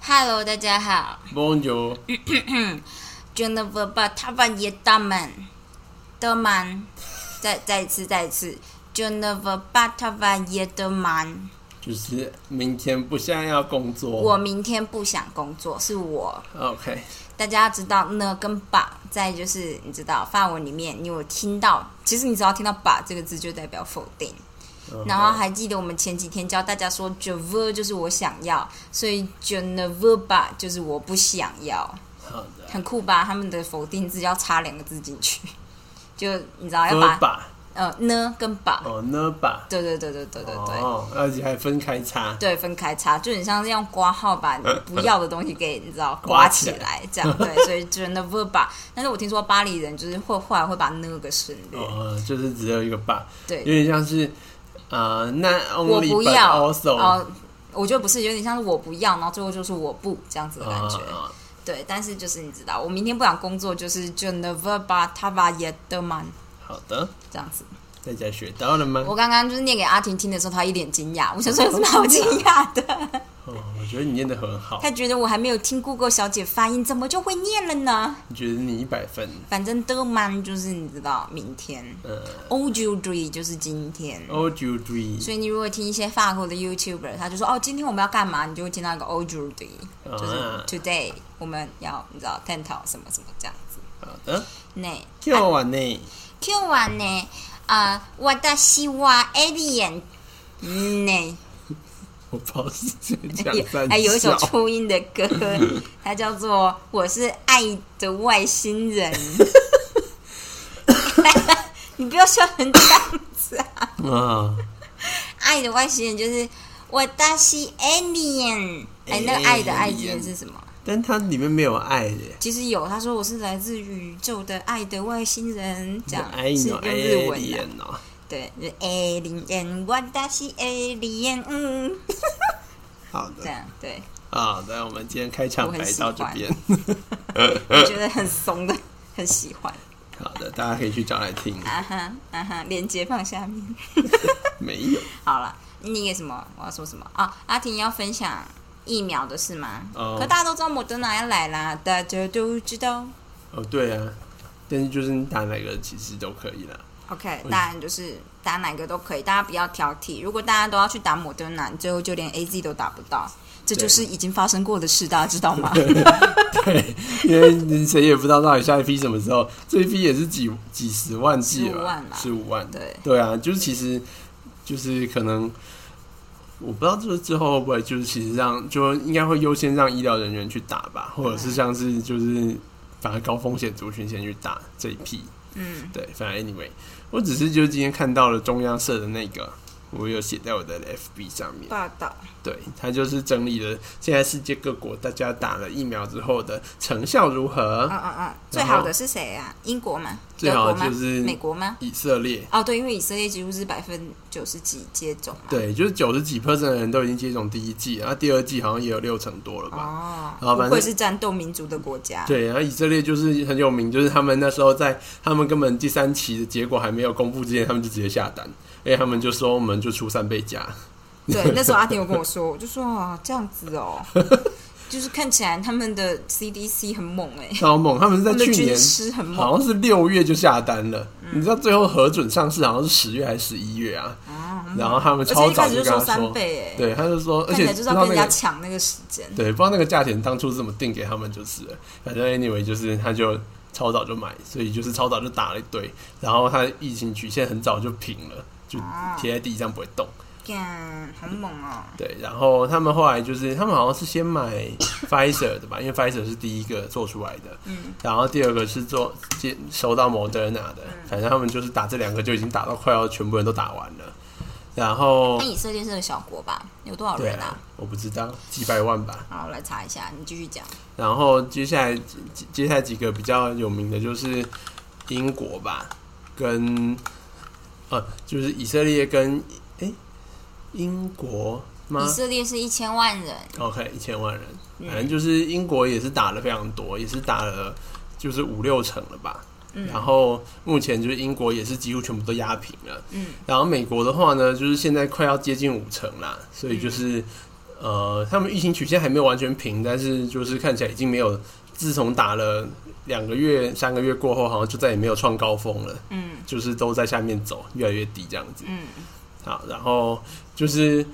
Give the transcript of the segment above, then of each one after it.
Hello，大家好。 Bonjour， Jennifer 把他把也大门的门，再再一次再一次，Jennifer 把他把也的门。就是明天不像要工作。我明天不想工作，是我。 OK，大家要知道呢跟把，再就是你知道法文里面，你有听到，其实你只要听到把这个字就代表否定。然后还记得我们前几天教大家说 j e v e 就是我想要，所以 j e n e v e 吧就是我不想要。好的，很酷吧？他们的否定字要插两个字进去， 就你知道要呢把吧，呃呢跟把，哦呢吧，对对对对对对对、哦，而且还分开插，对分开插，就很像是用刮号把你不要的东西给你知 道刮刮起起来这样，对，所以真的不把。但是我听说巴黎人就是会后来会把呢给省略，哦，就是只有一个吧，有对，点像是啊，那我 only 不 but 要 also 哦我觉得不是，有点像是我不要，然后最后就是我不这样子的感觉。啊对，但是就是你知道，我明天不想工作，就是就 never 把他把也的满好的，这样子。大家学到了吗？我刚刚就是念给阿婷听的时候，她一脸惊讶。我想说有什么哦好惊讶 的？哦，我觉得你念的很好，她觉得我还没有听 Google 小姐发音，怎么就会念了呢？我觉得你一百分，反正的嘛，就是你知道，明天嗯 o j u d r y 就是今天。 ，O J D，所以你如果听一些法国的 YouTuber，他就说哦，今天我们要干嘛？你就会听到一个 o j u d y 就是啊 today 我们要你知道探讨什么什么这样子。好的，那今晚呢，今日はね、啊、私はエリアン。ね。我不知道是谁讲有三还哎有一首小初音的 歌，它叫做《我是爱的外星人》。 哎你不要笑成这样子啊！啊，爱的外星人就是我大西 alien，哎，那个爱的爱字眼 Alien 是什么？但它里面没有爱的。其实有，他说我是来自宇宙的爱的外星人，这样哎是呦用，哎日文的、脸哦，对，就是 alien，我大西 alien，嗯，好这的样对，啊，那我们今天开场我很白喜到这欢边， 我觉得很怂的，很喜欢。好的，大家可以去找来 听。啊哈啊哈，链接放下面。没有好了，那个什么，我要说什么啊？阿婷要分享疫苗的事吗？哦可大家都知道莫德纳要来啦，大家都知道。哦，对啊，但是就是你打哪个其实都可以啦。嗯 OK，当然就是打哪个都可以，大家不要挑剔。如果大家都要去打莫德纳，你最后就连 AZ 都打不到，这就是已经发生过的事，大家知 道吗？对，因为你谁也不知道到底下一批什么时候，这一批也是几几十万剂15吧万，啦十五万。对对啊，就是其实就是可能。我不知道这之后会不会就是其实让就应该会优先让医疗人员去打吧，或者是像是就是反而高风险族群先去打这一批，嗯，对，反正 anyway，我只是就今天看到了中央社的那个，我有写在我的 FB 上面。报道对，它就是整理了现在世界各国大家打了疫苗之后的成效如何。嗯嗯嗯，最好的是谁啊？英国吗？最好德国吗就是美国吗？以色列，哦，对，因为以色列几乎是百分九十几接种嘛。对，就是九十几 percent 的人都已经接种第一剂，然后第二剂好像也有六成多了吧。哦，然后不反愧正是战斗民族的国家。 对，然后以色列就是很有名，就是他们那时候在他们根本第三期的结果还没有公布之前，他们就直接下单，因为他们就说我们就出三倍价。对，那时候阿婷有跟我说，我就说啊，这样子哦， 就是看起来他们的 CDC 很猛哎、超猛！他们是在他们的去军年师很猛嗯好像是六月就下单了。你知道最后核准上市好像是十月还是十一月啊？然后他们哦嗯而且超一开早始跟就说他三倍哎、对，他就说，而看起且来不就知是要道跟那人家个抢那个时间。对，不知道那个价钱当初是怎么定给他们就是了。反正 anyway 就是他就超早就买，所以就是超早就打了一堆，然后他疫情曲线很早就平了，就啊贴在地上不会动。干，好猛哦！对，然后他们后来就是，他们好像是先买 Pfizer 的吧，因为 Pfizer 是第一个做出来的，嗯，然后第二个是做接收到 Moderna 的，嗯反正他们就是打这两个就已经打到快要全部人都打完了，然后那哎以色列是个小国吧？有多少对人啊啊？，我不知道几百万吧，好，我来查一下，你继续讲。然后接下来接接下来几个比较有名的就是英国吧，跟呃就是以色列跟诶英国吗以？色列是一千万人， OK，一千万人，反正就是英国也是打了非常多，也是打了就是五六成了吧。嗯然后目前就是英国也是几乎全部都压平了。嗯，然后美国的话呢，就是现在快要接近五成啦，所以就是、呃，他们疫情曲线还没有完全平，但是就是看起来已经没有，自从打了两个月、三个月过后，好像就再也没有创高峰了，嗯就是都在下面走，越来越低这样子。嗯，好，然后就是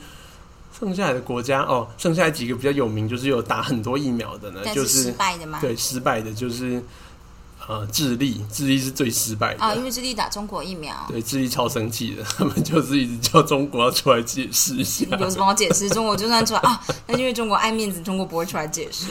剩下来的国家哦，剩下来几个比较有名，就是有打很多疫苗的呢，但呃就是失败的嘛。对失败的，就是呃智利，智利是最失败的。啊，因为智利打中国疫苗，对，智利超生气的， 他们就是一直叫中国要出来解释一下。有什么好解释？中国就算出来啊，那因为中国爱面子，中国不会出来解释。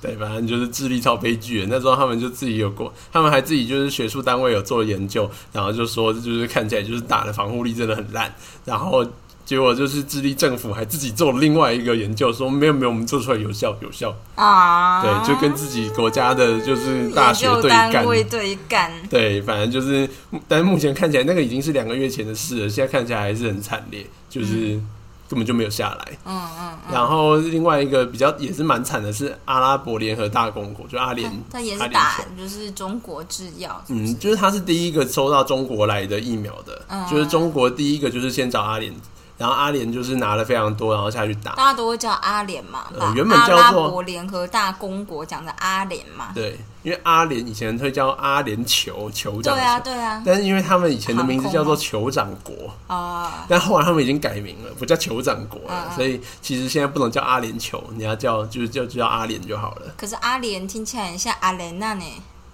对，反正就是智力超悲剧的。那时候他们就自己有过，他们还自己就是学术单位有做研究，然后就说就是看起来就是打的防护力真的很烂，然后结果就是智利政府还自己做了另外一个研究，说没有没有，我们做出来有效有效，啊，对，就跟自己国家的就是大学研究对单干。位对干，对，反正就是，但是目前看起来那个已经是两个月前的事了，现在看起来还是很惨烈，就是根本就没有下来。嗯嗯嗯，然后另外一个比较也是蛮惨的是阿拉伯联合大公国，就阿联他，他嗯也阿是联打酋就是中国制药，嗯，就是他是第一个收到中国来的疫苗的，嗯就是中国第一个就是先找阿联，然后阿联就是拿了非常多，然后下去打。大家都会叫阿联嘛，呃把原本阿叫拉做伯联合大公国讲的阿联嘛，对，因为阿联以前会叫阿联酋酋对长，啊对啊，但是因为他们以前的名字航空叫做吗酋长国，啊但后来他们已经改名了，不叫酋长国了，嗯嗯所以其实现在不能叫阿联酋，你要叫就是就就叫阿联就好了。可是阿联听起来很像阿莲娜呢，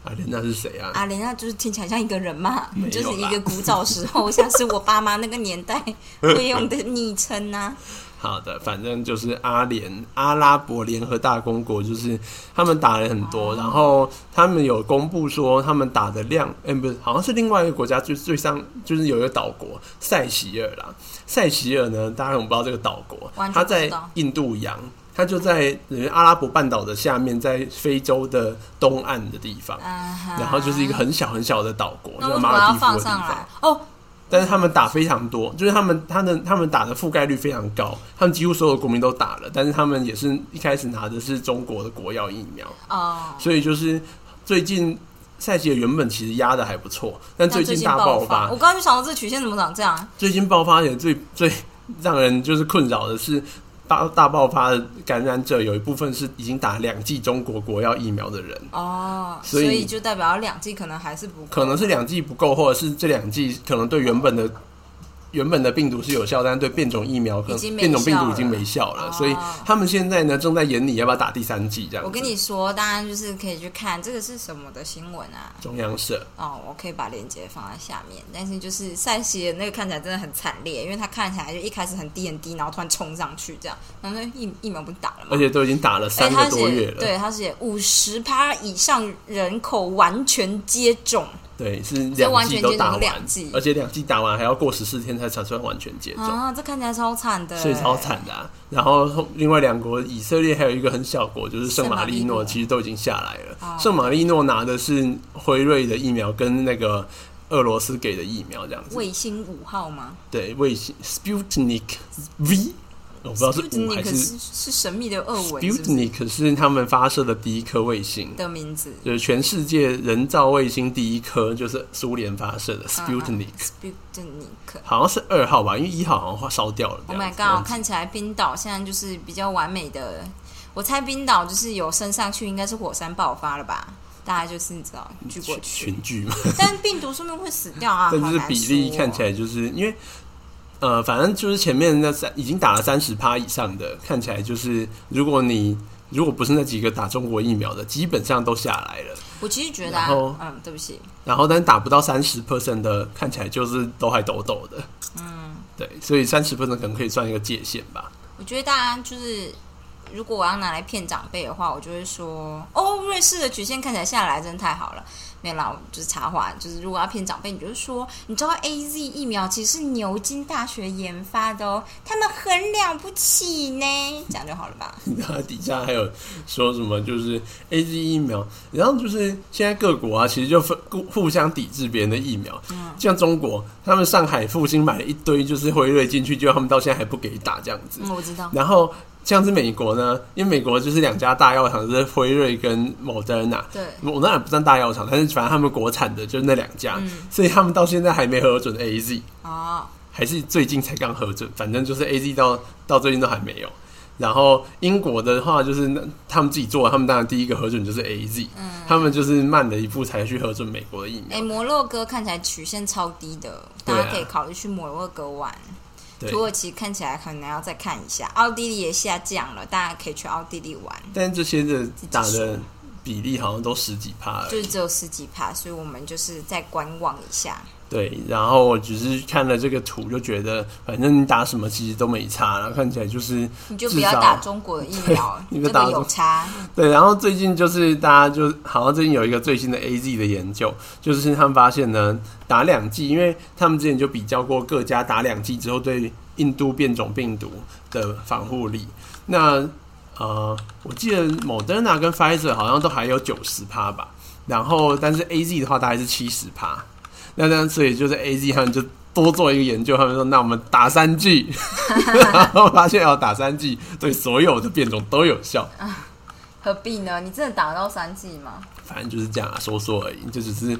阿联那是谁啊？阿莲娜就是听起来像一个人嘛没有，啦就是一个古早时候， 像是我爸妈那个年 代会用的昵称啊呐。好的，反正就是阿联阿拉伯联合大公国，就是他们打了很哦多，然后他们有公布说他们打的量，嗯、不是，好像是另外一个国家，就是最上就是有一个岛国塞西尔啦。塞西尔呢，大家可能不知道这个岛国完，全它不知道在印度洋，它就在呃阿拉伯半岛的下面，在非洲的东岸的地方。啊哈然后就是一个很小很小的岛国，那为叫什马么尔要地夫放的地上方来。？哦，但是他们打非常多，就是他们他们他们打的覆盖率非常高，他们几乎所有国民都打了，但是他们也是一开始拿的是中国的国药疫苗，哦，所以就是最近赛季原本其实压的还不错，但那最近近大爆爆发哦我，刚刚就想到这曲线怎么长这样啊，最近爆发也最最让人就是困扰的是。大大爆发的感染者有一部分是已经打两剂中国国药疫苗的人，哦，所所以以就代表两季可能还是不够，可能是两剂不够，或者是这两剂可能对原本的原本的病毒是有效，但是对变种疫苗可已经能没变种病毒已效经了没效了，哦所以他们现在呢正在研拟要不要打第三剂这样子。我跟你说，大家就是可以去看这个是什么的新闻啊。中央社哦，我可以把链接放在下面。但是就是塞西的那个看起来真的很惨烈，因为他看起来就一开始很低很低，然后突然冲上去这样，然后那疫疫苗不是打了吗？而且都已经打了哎三他个写多月了，对他写五十趴以上人口完全接种对，是所以两完剂全都接打种完两剂，而且两剂打完还要过十四天才才算完全接种。啊，这看起来超惨的，所以超惨的啊、然后后另外两国，以色列还有一个很小国，就是圣马力圣马力诺，诺其实都已经下来哦了。圣马力诺拿的是辉瑞的疫苗跟那个俄罗斯给的疫苗，这样子。卫星五号吗？对，卫星 Sputnik V，我不知道是五还可是是是神秘的俄文是不是 Sputnik 是他们发射的第一颗卫星。的名字就是全世界人造卫星第一颗，就是苏联发射嗯的 Sputnik，、 Sputnik。好像是二号吧，因为一号好像烧掉了这 Oh 样 my 子。 god！看起来冰岛现在就是比较完美的，我猜冰岛就是有升上去，应该是火山爆发了吧？大家就是你知道聚过群去，群聚嘛。但病毒说不定会死掉啊。 但就好是难比例说哦看起来就是因为，呃，反正就是前面那三已经打了三十趴以上的，看起来就是如果你如果不是那几个打中国疫苗的，基本上都下来了。我其实觉得、啊然后，嗯，对不起，然后，但是打不到三十 percent 的，看起来就是都还抖抖的。嗯，对，所以三十 percent 可能可以算一个界限吧。我觉得大家就是，如果我要拿来骗长辈的话，我就会说，哦，瑞士的曲线看起来下来真的太好了。没有啦，我就是插话，就是如果要骗长辈，你就是说，你知道 A Z 疫苗其实是牛津大学研发的哦，他们很了不起呢，这样就好了 吧？然后底下还有说什么就是 A Z 疫苗，然后就是现在各国啊，其实就分互互相抵制别人的疫苗。嗯像中国，他们上海复兴买了一堆就是辉瑞进去，就他们到现在还不给打这样子。嗯，我知道。然后像是美国呢，因为美国就是两家大药厂，就是辉瑞跟 Moderna。对， Moderna 不算大药厂，但是反正他们国产的就是那两家，嗯所以他们到现在还没核准 A Z。哦，还是最近才刚核准，反正就是 A Z 到到最近都还没有。然后英国的话就是那他们自己做的，他们当然第一个核准就是 A Z，、他们就是慢了一步才去核准美国的疫苗。哎、摩洛哥看起来曲线超低的，大对啊家可以考虑去摩洛哥玩。对土耳其看起来可能要再看一下，奥地利也下降了，大家可以去奥地利玩，但这些的打自己说的比例好像都十几趴而就已。是只有十几趴，所以我们就是再观望一下。对，然后我只是看了这个图就觉得，反正你打什么其实都没差，然后看起来就是你就不要至少打中国的疫苗， 对你真不要打的有中差。对，然后最近就是大家就好像最近有一个最新的 A Z 的研究，就是他们发现呢，打两剂，因为他们之前就比较过各家打两剂之后对印度变种病毒的防护力。那呃，我记得 Moderna 跟 Pfizer 好像都还有九十趴吧，然后但是 A Z 的话大概是七十趴，那那所以就是 A Z 他们就。多做一个研究，他们说那我们打三剂， 然后发现要打三剂对所有的变种都有效，何必呢？你真的打到三剂吗？反正就是这样啊，说说而已，就只是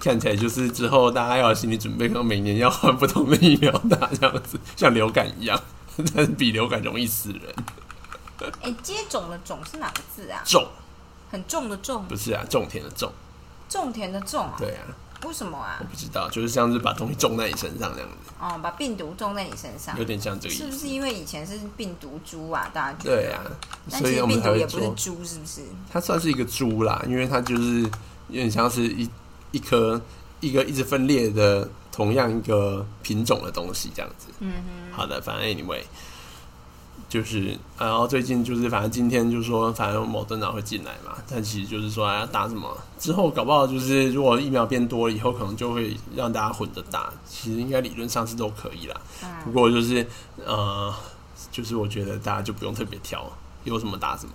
看起来就是之后大家要有心理准备，可能每年要换不同的疫苗打这样子，像流感一样， 但是比流感容易死人。哎、接种的种是哪个字啊？种很重的重，不是啊，种田的种，种田的种啊？对啊，为什么啊我？不知道，就是像是把东西种在你身上这样子，哦，把病毒种在你身上有，点像这个意是不思。是因为以前是病毒株啊？大家觉得？对啊，但所其以实我们病才毒会也不是说猪，是不是？它算是一个株啦，因为它就是有点像是一一颗一个一直分裂的同样一个品种的东西这样子。嗯哼，好的，反正 anyway，就是，然后最近就是，反正今天就说，反正某登长会进来嘛，但其实就是说要打什么，之后搞不好就是如果疫苗变多了以后，可能就会让大家混着打，其实应该理论上是都可以啦。啊不过就是呃，就是我觉得大家就不用特别挑，有什么打什么，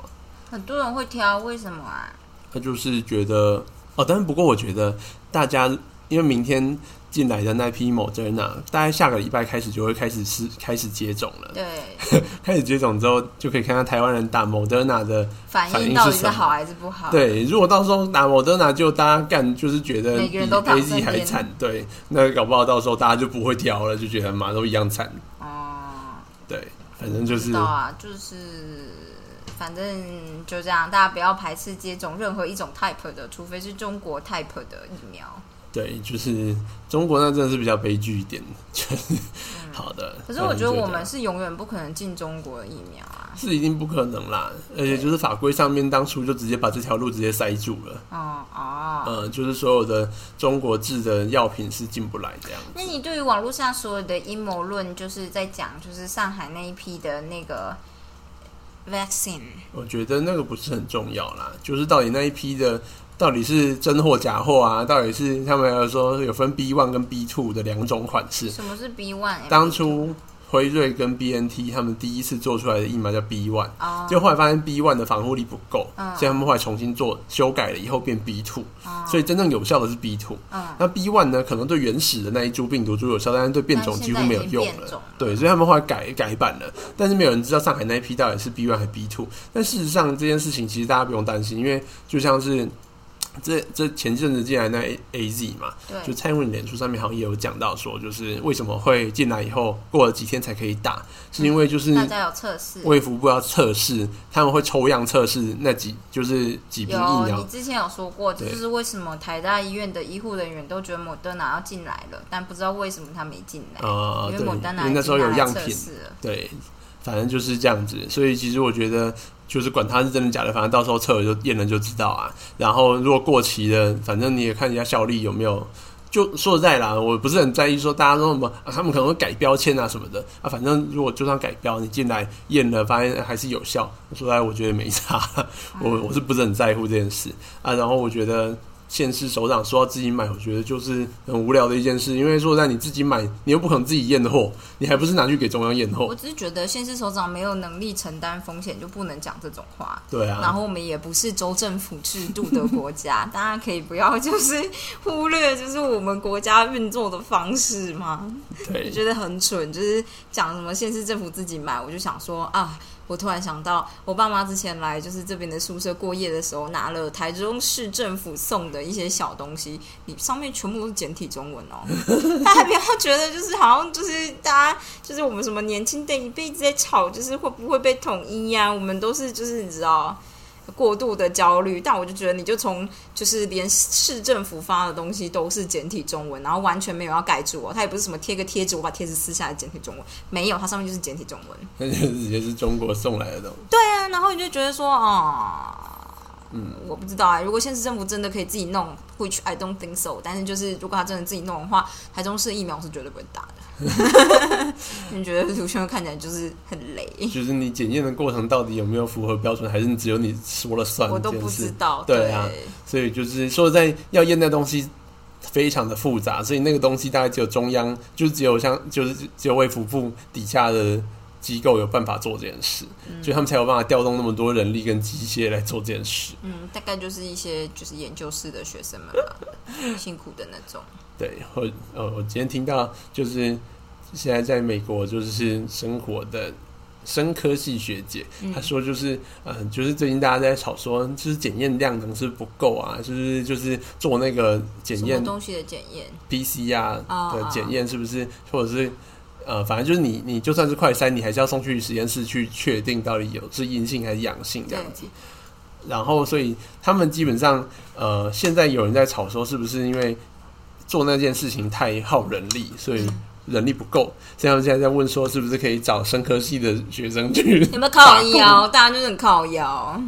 很多人会挑，为什么啊？他就是觉得哦，但是不过我觉得大家因为明天。进来的那批某针啊，大概下个礼拜开始就会开始是开始接种了。对，开始接种之后，就可以看看台湾人打 Moderna 的。反 反应应是到底是什么好还是不好？，对，如果到时候打 Moderna，就大家干就是觉得每比个人都躺 A 在 Z 那边还惨。对，那搞不好到时候大家就不会挑了，就觉得妈都一样惨。哦，对，反正就不知是道啊，就是反正就这样，大家不要排斥接种任何一种 type 的，除非是中国 type 的疫苗。对，就是中国那真的是比较悲剧一点。就是好的，嗯可是我觉得反正就这样我们是永远不可能进中国的疫苗啊。是一定不可能啦，而且就是法规上面当初就直接把这条路直接塞住了。哦哦，嗯，就是所有的中国制的药品是进不来这样。那你对于网络上所有的阴谋论，就是在讲就是上海那一批的那个 vaccine，我觉得那个不是很重要啦，就是到底那一批的到底是真货假货啊，到底是他们有说有分 B one 跟 B two 的两种款式。什么是 B one？当初辉瑞跟 BNT 他们第一次做出来的疫苗叫 B one，哦就后来发现 B one 的防护力不够，嗯所以他们后来重新做修改了以后变 B two，哦所以真正有效的是 B two。嗯那 B one 呢，可能对原始的那一株病毒株有效，但是对变种几乎没有但现在已用经变种了了。对，所以他们后来改改版了，但是没有人知道上海那一批到底是 B one 还是 B two。但事实上这件事情其实大家不用担心，因为就像是这这前阵子进来那 A Z 嘛，对就蔡英文脸书上面好像也有讲到说，就是为什么会进来以后过了几天才可以打，是因为就是大家有测试，卫福部要测试，他们会抽样测试那几就是几瓶疫有苗你之前有说过，这对就是为什么台大医院的医护人员都觉得莫德纳要进来了，但不知道为什么他没进来，啊、因对，为莫德因纳为已那时候经拿来有样测品。试了。对，反正就是这样子。所以其实我觉得，就是管它是真的假的，反正到时候测了就验了就知道啊。然后如果过期了，反正你也看一下效力有没有。就说实在啦，我不是很在意说大家说什么、啊，他们可能会改标签啊什么的啊。反正如果就算改标，你进来验了，发现还是有效，说实在我觉得没差。 我我是不是很在乎这件事啊？然后我觉得县市首长说要自己买，我觉得就是很无聊的一件事，因为说实在你自己买，你又不可能自己验货，你还不是拿去给中央验货我？只是觉得县市首长没有能力承担风险，就不能讲这种话。对然啊，后我们也不是州政府制度的 国家，大家可以不要就是忽略就是我们国家运作的方式吗？我对觉得很蠢，就是讲什么县市政府自己买，我就想说啊，我突然想到，我爸妈之前来就是这边的宿舍过夜的时候，拿了台中市政府送的一些小东西，你上面全部都是简体中文哦。大家不要觉得就是好像就是大家就是我们什么年轻的一辈子在吵，就是会不会被统一呀、我们都是就是你知道。过度的焦虑，但我就觉得你就从就是连市政府发的东西都是简体中文，然后完全没有要盖住哦，它也不是什么贴个贴纸，我把贴纸撕下来简体中文，没有，它上面就是简体中文。那就是直接是中国送来的东西。对啊，然后你就觉得说啊，嗯，我不知道啊、如果县市政府真的可以自己弄，which I don't think so，但是就是如果他真的自己弄的话，台中市疫苗是绝对不会打的。 你觉得卢轩看起来就是很雷，就是你检验的过程到底有没有符合标准，还是只有你说了算？我都不知。道。对啊所以就是说，在要验那东西非常的复杂，所以那个东西大概只有中央，就只有像就是只有卫福部底下的机构有办法做这件事，嗯所以他们才有办法调动那么多人力跟机械来做这件事。嗯，大概就是一些就是研究室的学生们吧，辛苦的那种。对，或呃，我今天听到就是现在在美国就是生活的生科系学姐，嗯她说就是呃，就是最近大家在吵说，就是检验量能是不够啊，就是就是做那个检什么验东西的检验？ PCR 啊的检验是不是，或者是呃，反正就是你你就算是快筛，你还是要送去实验室去确定到底有是阴性还是阳性这样子。然后，所以他们基本上呃，现在有人在吵说，是不是因为做那件事情太耗人力，所以人力不够，所以他们现在在问说，是不是可以找生科系的学生去？有没有靠腰？大家就是很靠腰，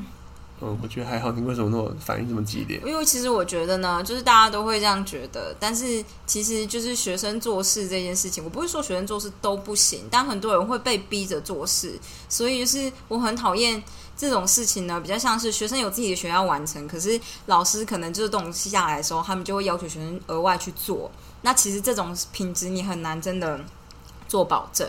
嗯，我觉得还好。你为什么那么反应这么激烈？因为其实我觉得呢，就是大家都会这样觉得，但是其实就是学生做事这件事情，我不是说学生做事都不行，但很多人会被逼着做事，所以就是我很讨厌这种事情呢，比较像是学生有自己的学要完成，可是老师可能就是东西下来的时候，他们就会要求学生额外去做，那其实这种品质你很难真的做保证，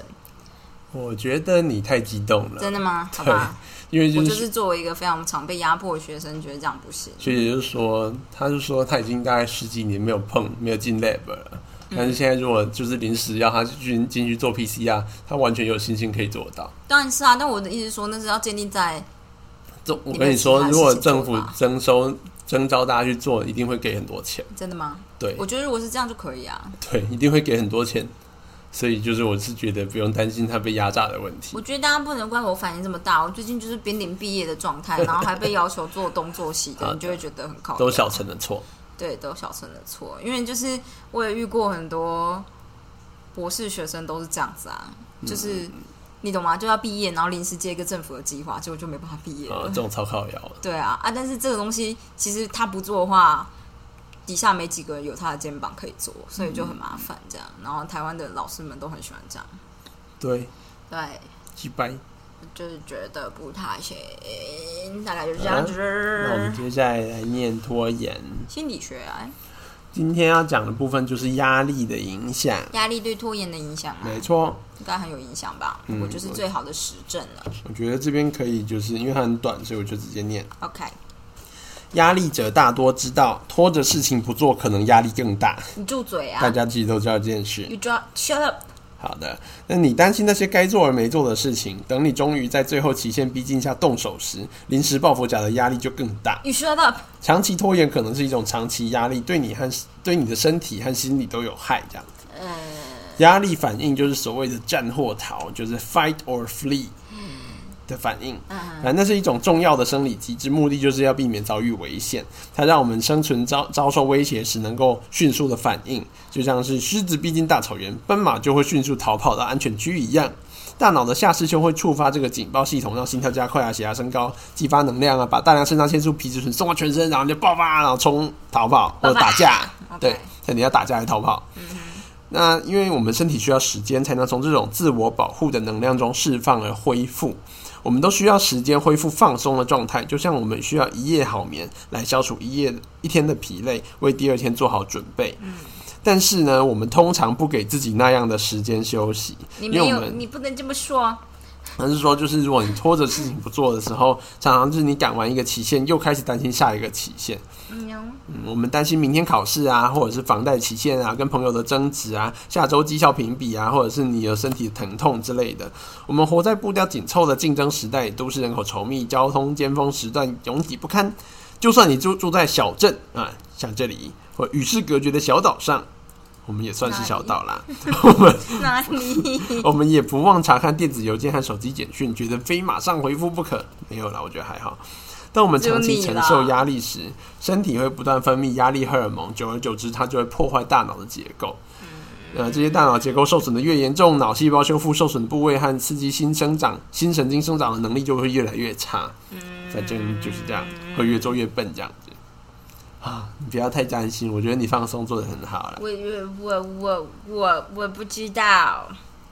我觉得你太激动了，真的吗？好吧。因为我就就是是作为一个非常常被压迫的学生，觉得这样不行。学姐就说，她就说她已经大概十几年没有碰，没有进 lab 了。嗯但是现在如果就是临时要她去进去做 PCR，她完全有信心可以做到。当然是啊，但我的意思说，那是要建立在这我你跟们你说，其他如果事情做政府吧征收征招大家去做，一定会给很多钱。真的吗？对我觉得如果是这样就可以啊。对，一定会给很多钱。所以就是我是觉得不用担心她被压榨的问题我。觉得大家不能怪我反应这么大，我最近就是濒临毕业的状态，然后还被要求做东做西 的，好的你就会觉得很靠都腰是小陈的错，对，都小陈的错，因为就是我也遇过很多博士学生都是这样子啊，就是、嗯你懂吗？就要毕业，然后临时接一个政府的计划，结果就没办法毕业了。啊， 这种超靠摇了。对啊啊！但是这个东西其实他不做的话，底下没几个人有他的肩膀可以做，所以就很麻烦这样。然后台湾的老师们都很喜欢这样，对，对，鸡掰。就是觉得不太行，大概就是这样啊那我们子。接下来来念拖延。心理学啊，今天要讲的部分就是压力的影响。压力对拖延的影响啊，没错，应该很有影响吧？嗯我就是最好的实证了。我觉得这边可以，就是因为它很短，所以我就直接念。 OK，压力者大多知道，拖着事情不做，可能压力更大。你住嘴啊大家其实都知道这件事。 ！You drop, shut up。好的，那你担心那些该做而没做的事情，等你终于在最后期限逼近下动手时，临时抱佛脚的压力就更大。 You shut up！长期拖延可能是一种长期压力，对你和对你的身体和心理都有害。这样，压力反应就是所谓的战或逃，就是 fight or flee 的反应。啊，那是一种重要的生理机制，目的就是要避免遭遇危险。它让我们生存遭遭受威胁时能够迅速的反应，就像是狮子逼近大草原，奔马就会迅速逃跑到安全区一样。大脑的下视丘会触发这个警报系统，让心跳加快啊、血压升高，激发能量啊，把大量肾上腺素、皮质醇送到全身，然后就爆发，然后冲逃跑或者打架。 OK 对，看你要打架还是逃跑。那因为我们身体需要时间才能从这种自我保护的能量中释放而恢复，我们都需要时间恢复放松的状态，就像我们需要一夜好眠来消除一夜一天的疲累，为第二天做好准备。嗯但是呢，我们通常不给自己那样的时间休息，你因没为我有，们你不能这么说。而是说，就是如果你拖着事情不做的时候，常常就是你赶完一个期限，又开始担心下一个期限。嗯，嗯，我们担心明天考试啊，或者是房贷期限啊，跟朋友的争执啊，下周绩效评比啊，或者是你的身体疼痛之类的。我们活在步调紧凑的竞争时代，都市人口稠密，交通尖峰时段拥挤不堪。就算你住住在小镇啊，像这里或与世隔绝的小岛上，我们也算是小岛啦。我们哪里？我们也不忘查看电子邮件和手机简讯，觉得非马上回复不可。没有啦，我觉得还好。当我们长期承受压力时，身体会不断分泌压力荷尔蒙，久而久之，它就会破坏大脑的结构。呃，这些大脑结构受损的越严重，脑细胞修复受损部位和刺激新生长、新神经生长的能力就会越来越差。反正就是这样，会越做越笨这样子。啊，你不要太担心，我觉得你放松做的很好了。我我我我我我不知道。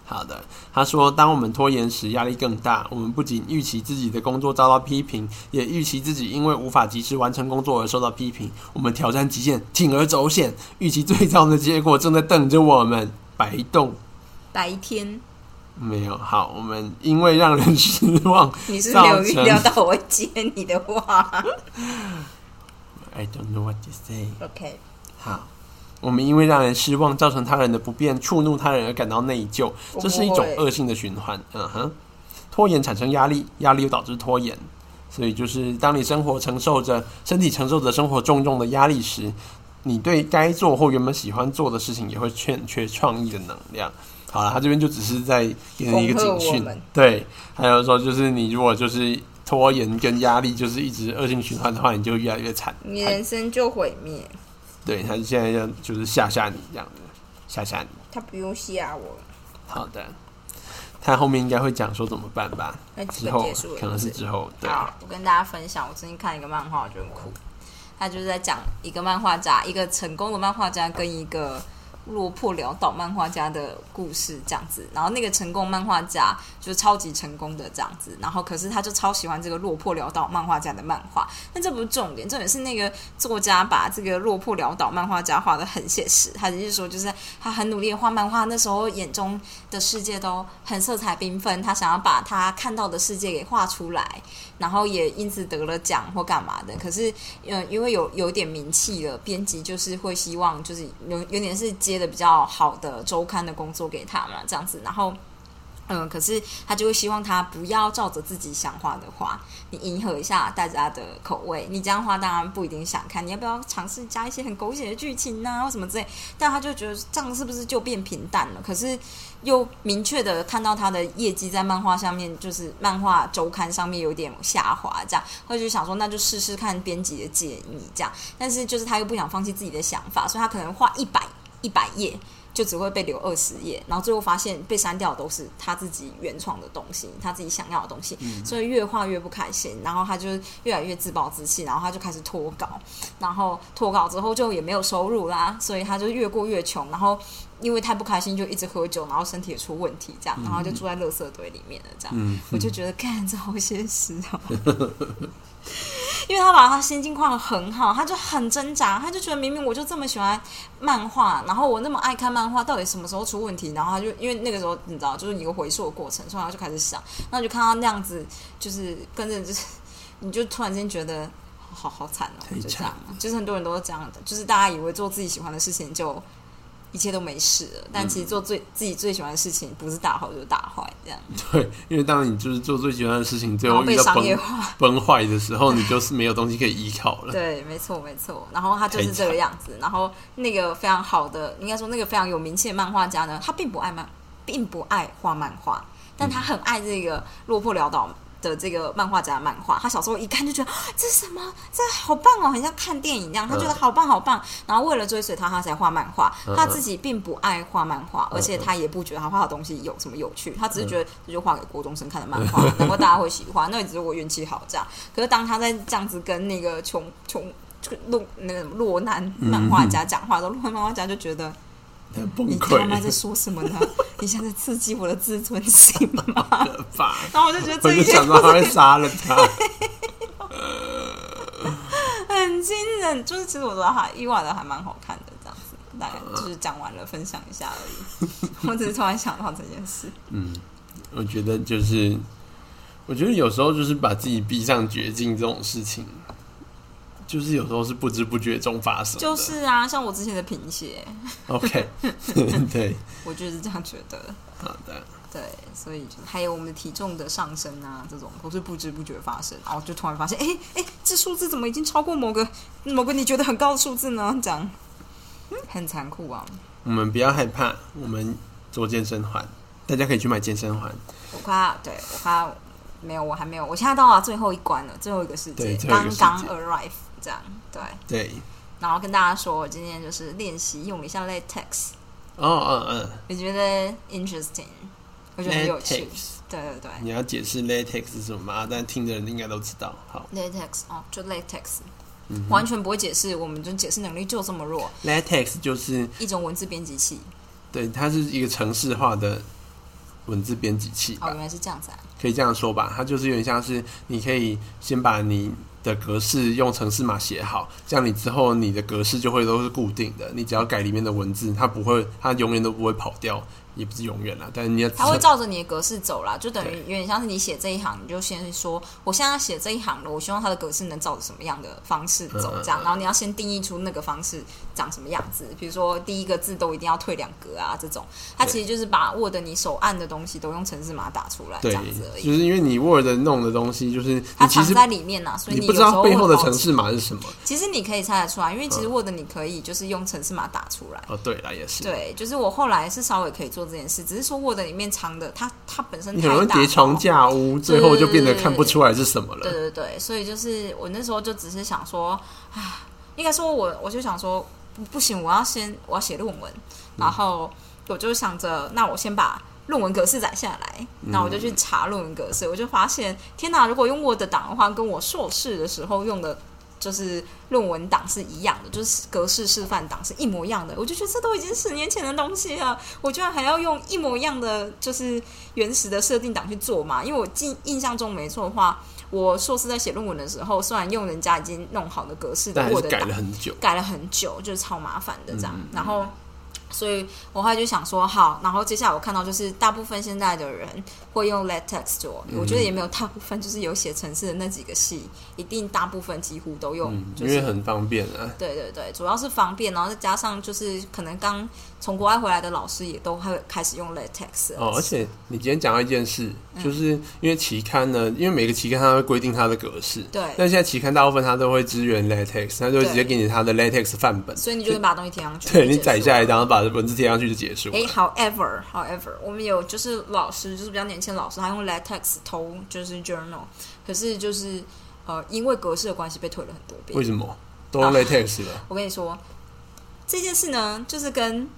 好的，他说，当我们拖延时，压力更大。我们不仅预期自己的工作遭到批评，也预期自己因为无法及时完成工作而受到批评。我们挑战极限，铤而走险，预期最糟的结果正在等着我们。白动白天，没有好，我们因为让人失望，你是造留意成料到我接你的话。 I don't know what to say。 OK，好，我们因为让人失望，造成他人的不便，触怒他人而感到内疚，我不会这是一种恶性的循环。嗯哼，拖延产生压力，压力又导致拖延。所以就是，当你生活承受着身体承受着生活重重的压力时，你对该做或原本喜欢做的事情也会欠缺创意的能量。好了，他这边就只是在给你一恐个吓警我讯们，对，还有说就是你如果就是拖延跟压力就是一直恶性循环的话，你就越来越惨。你人生就毁灭，对他现在要就是吓吓你这样子，吓吓你。他不用吓我。好的，他后面应该会讲说怎么办吧？那基之本后结束了，可能是不之后对。好，我跟大家分享，我最近看一个漫画，我觉得很酷。他就是在讲一个漫画家，一个成功的漫画家跟一个落魄潦倒漫画家的故事这样子。然后那个成功漫画家就是超级成功的这样子，然后可是他就超喜欢这个落魄潦倒漫画家的漫画。但这不是重点，重点是那个作家把这个落魄潦倒漫画家画的很写实。他就是说，就是他很努力的画漫画，那时候眼中的世界都很色彩缤纷，他想要把他看到的世界给画出来。然后也因此得了奖或干嘛的。可是，嗯，因为有有点名气了，编辑就是会希望就是有有点是接的比较好的周刊的工作给他嘛，这样子。然后，嗯，可是他就会希望他不要照着自己想画的画，你迎合一下大家的口味。你这样画当然不一定想看，你要不要尝试加一些很狗血的剧情呐、或什么之类？但他就觉得这样是不是就变平淡了？可是。又明确的看到他的业绩在漫画上面，就是漫画周刊上面有点下滑，这样，或者就想说那就试试看编辑的建议这样，但是就是他又不想放弃自己的想法，所以他可能画一百一百页。就只会被留二十页，然后最后发现被删掉的都是他自己原创的东西，他自己想要的东西，所以越画越不开心，然后他就越来越自暴自弃，然后他就开始脱稿，然后脱稿之后就也没有收入啦，所以他就越过越穷，然后因为太不开心就一直喝酒，然后身体也出问题，这样，然后就住在垃圾堆里面了，这样，我就觉得干这好现实哦。因为他把他心境画的很好，他就很挣扎，他就觉得明明我就这么喜欢漫画，然后我那么爱看漫画，到底什么时候出问题？然后他就因为那个时候你知道，就是一个回溯的过程，所以他就开始想，然后就看他那样子，就是跟着就是，你就突然间觉得好好惨哦、太就这惨样，就是很多人都是这样的，就是大家以为做自己喜欢的事情就一切都没事了，但其实做最、自己最喜欢的事情，不是打好就是打坏，这样，对，因为当你就是做最喜欢的事情，最然后后被遇到商崩业化。崩坏的时候，你就是没有东西可以依靠了。对，没错没错。然后他就是太这个惨样子。然后那个非常好的，应该说那个非常有名气的漫画家呢，他并不爱漫，并不爱画漫画，但他很爱这个落魄潦倒。的这个漫画家的漫画，他小时候一看就觉得啊这是什么，这好棒哦，很像看电影一样。他觉得嗯好棒好棒，然后为了追随他，他才画漫画。嗯他嗯自己并不爱画漫画，而且嗯他也不觉得他画的东西有什么有趣，他只是觉得这就画给国中生看的漫画， 然后大家会喜欢，那也只是我运气好这样。可是当他在这样子跟那个穷穷就落那个落难漫画家讲话的时候，落难漫画家就觉得很崩你他妈在溃，说什么呢？你现在刺激我的自尊心吗？可怕！然后我就觉得 我这就一切想到他会杀了他。很惊人，就是其实我觉得还意外的还蛮好看的这样子。大概就是讲完了，分享一下而已。我只是突然想到这件事。嗯，我觉得就是，我觉得有时候就是把自己逼上绝境这种事情，就是有时候是不知不觉中发生的。就是啊，像我之前的贫血， OK，对，我就是这样觉得。好的，对，所以就是还有我们的体重的上升啊，这种都是不知不觉发生，然后就突然发现，哎哎，这数字怎么已经超过某个某个你觉得很高的数字呢？这样，很残酷啊！我们不要害怕，我们做健身环，大家可以去买健身环。我快要，对我快要没有，我还没有，我现在到了最后一关了，最后一个世界对，最后一刚个世界刚 arrive 这样，对，对，然后跟大家说，我今天就是练习用了一下 latex，哦，嗯嗯我觉得 interesting，我觉得很有趣， ，latex，嗯对对对。你要解释 latex 是什么吗？但听的人应该都知道。好 latex 哦，就 latex，、完嗯全不会解释，我们就解释能力就这么弱， ，latex 就是一种文字编辑器。对，它是一个城市化的文字编辑器吧哦，原来是这样子啊。可以这样说吧，它就是有点像是你可以先把你的格式用程式码写好，这样你之后你的格式就会都是固定的，你只要改里面的文字，它不会，它永远都不会跑掉，也不是永远啦，但是你要它会照着你的格式走啦，就等于有点像是你写这一行，你就先说我现在写这一行了，我希望它的格式能照着什么样的方式走嗯嗯，这样，然后你要先定义出那个方式长什么样子，比如说第一个字都一定要退两格啊，这种，它对其实就是把 Word 你手按的东西都用程式码打出来，这对样子而，就已。是因为你 Word 弄的东西，就是你它其藏实在里面呐、所以你有不知时候道背后的会好程奇式呃码是什么。其实你可以猜得出来，因为其实 Word 你可以就是用程式码打出来。哦，对啦，也是，对，就是我后来是稍微可以做这件事，只是说 Word 里面藏的它它本身你太很大容易叠床了架屋，最后就变得看不出来是什么对了。对对，所以就是我那时候就只是想说，啊，应该说我我就想说不不行，我要先我要写论文，然后我就想着，那我先把。论文格式载下来，那我就去查论文格式，我就发现，天哪！如果用 Word 档的话，跟我硕士的时候用的就是论文档是一样的，就是格式示范档是一模一样的。我就觉得这都已经十年前的东西了，我居然还要用一模一样的就是原始的设定档去做嘛？因为我记印象中没错的话，我硕士在写论文的时候，虽然用人家已经弄好的格式的但还是 Word 改档了，很久。改了很久，就是超麻烦的这嗯样。然后，所以我后来就想说，好，然后接下来我看到就是大部分现在的人会用 LaTeX 做，我觉得也没有大部分，就是有写程式的那几个系，一定大部分几乎都用，嗯，就因是为很方便啊。对对对，主要是方便，然后再加上就是可能刚从国外回来的老师也都会开始用 LaTeX 了哦，而且你今天讲到一件事，嗯就是因为期刊呢，因为每个期刊它会规定它的格式，对但现在期刊大部分它都会支援 LaTeX，它就会直接给你它的 LaTeX 范本，所以你就会把东西贴上去。对你结束载下来，了然后把文字贴上去就结束了。诶 h o w e v e r however，我们有就是老师，就是比较年轻的老师，他用 LaTeX 投就是 journal，可是就是呃，因为格式的关系被退了很多为遍。什么都用 LaTeX 了？我跟你说，这件事呢，就是跟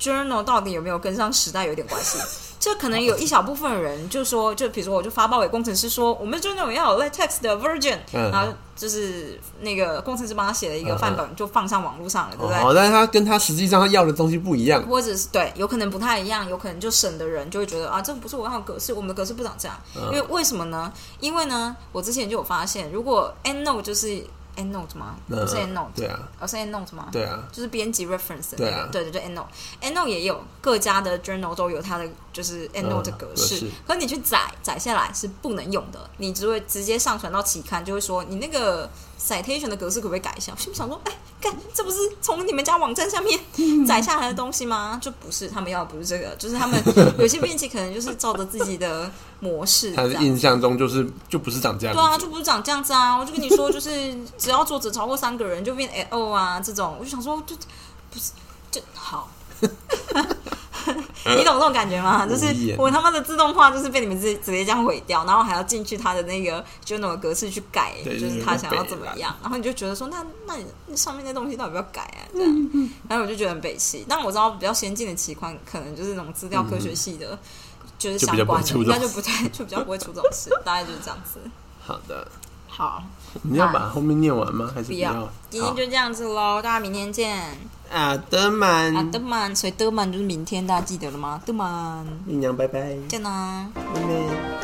journal 到底有没有跟上时代有点关 系。就可能有一小部分人就说，就比如说我就发报给工程师说，我们 journal 要有 LaTeX 的 version，、嗯然后就是那个工程师帮他写了一嗯个嗯范本，就放上网络上了，对不对？哦，但是它跟它实际上它要的东西不一样。或者是对，有可能不太一样，有可能就省的人就会觉得啊，这不是我要的格式，我们的格式不长这样。因为为什么呢？因为呢，我之前就有发现，如果 EndNote 就是 EndNote 吗？嗯不是哦 EndNote，对啊，而是 EndNote 吗？对啊，就是编辑 reference 的那对啊个，对对对，EndNote。EndNote 也有各家的 journal 都有它的就是 EndNote 的格嗯格式式，可你去载载下来是不能用的，你只会直接上传到期刊，就会说你那个 citation 的格式可不可以改一下？我心里想说，哎、干这不是从你们家网站下 面载下来的东西吗？就不是，他们要的不是这个，就是他们有些编辑可能就是照着自己的模 式它这的样。印象中就是就不是长这样对啊，子。就不是长这样子啊！我就跟你说，就是 只要作者超过三个人就变 L O 啊，这种我就想说，就不是就 好，你懂这种感觉吗？就是无言我他妈的自动化就是被你们直直接这样毁掉，然后还要进去他的那个 journal 的格式去改，对就就是是他想要被怎么懒样，然后你就觉得说，那那你那上面那东西到底要不要改啊？这嗯样，然后我就觉得很北气。但我知道比较先进的期刊可能就是那种资料科学系的。就是嗯就相比较不会关的，出这应该种就不太，就比较不会出这种事，大概就是这样子。好的，好，你要把后面念完吗？还啊不是不要要？，今天好就这样子喽，大家明天见。啊，德啊，满德，曼，所以德曼就是明天，大家记得了吗？德曼，丽娘，拜拜，见啦。妹妹。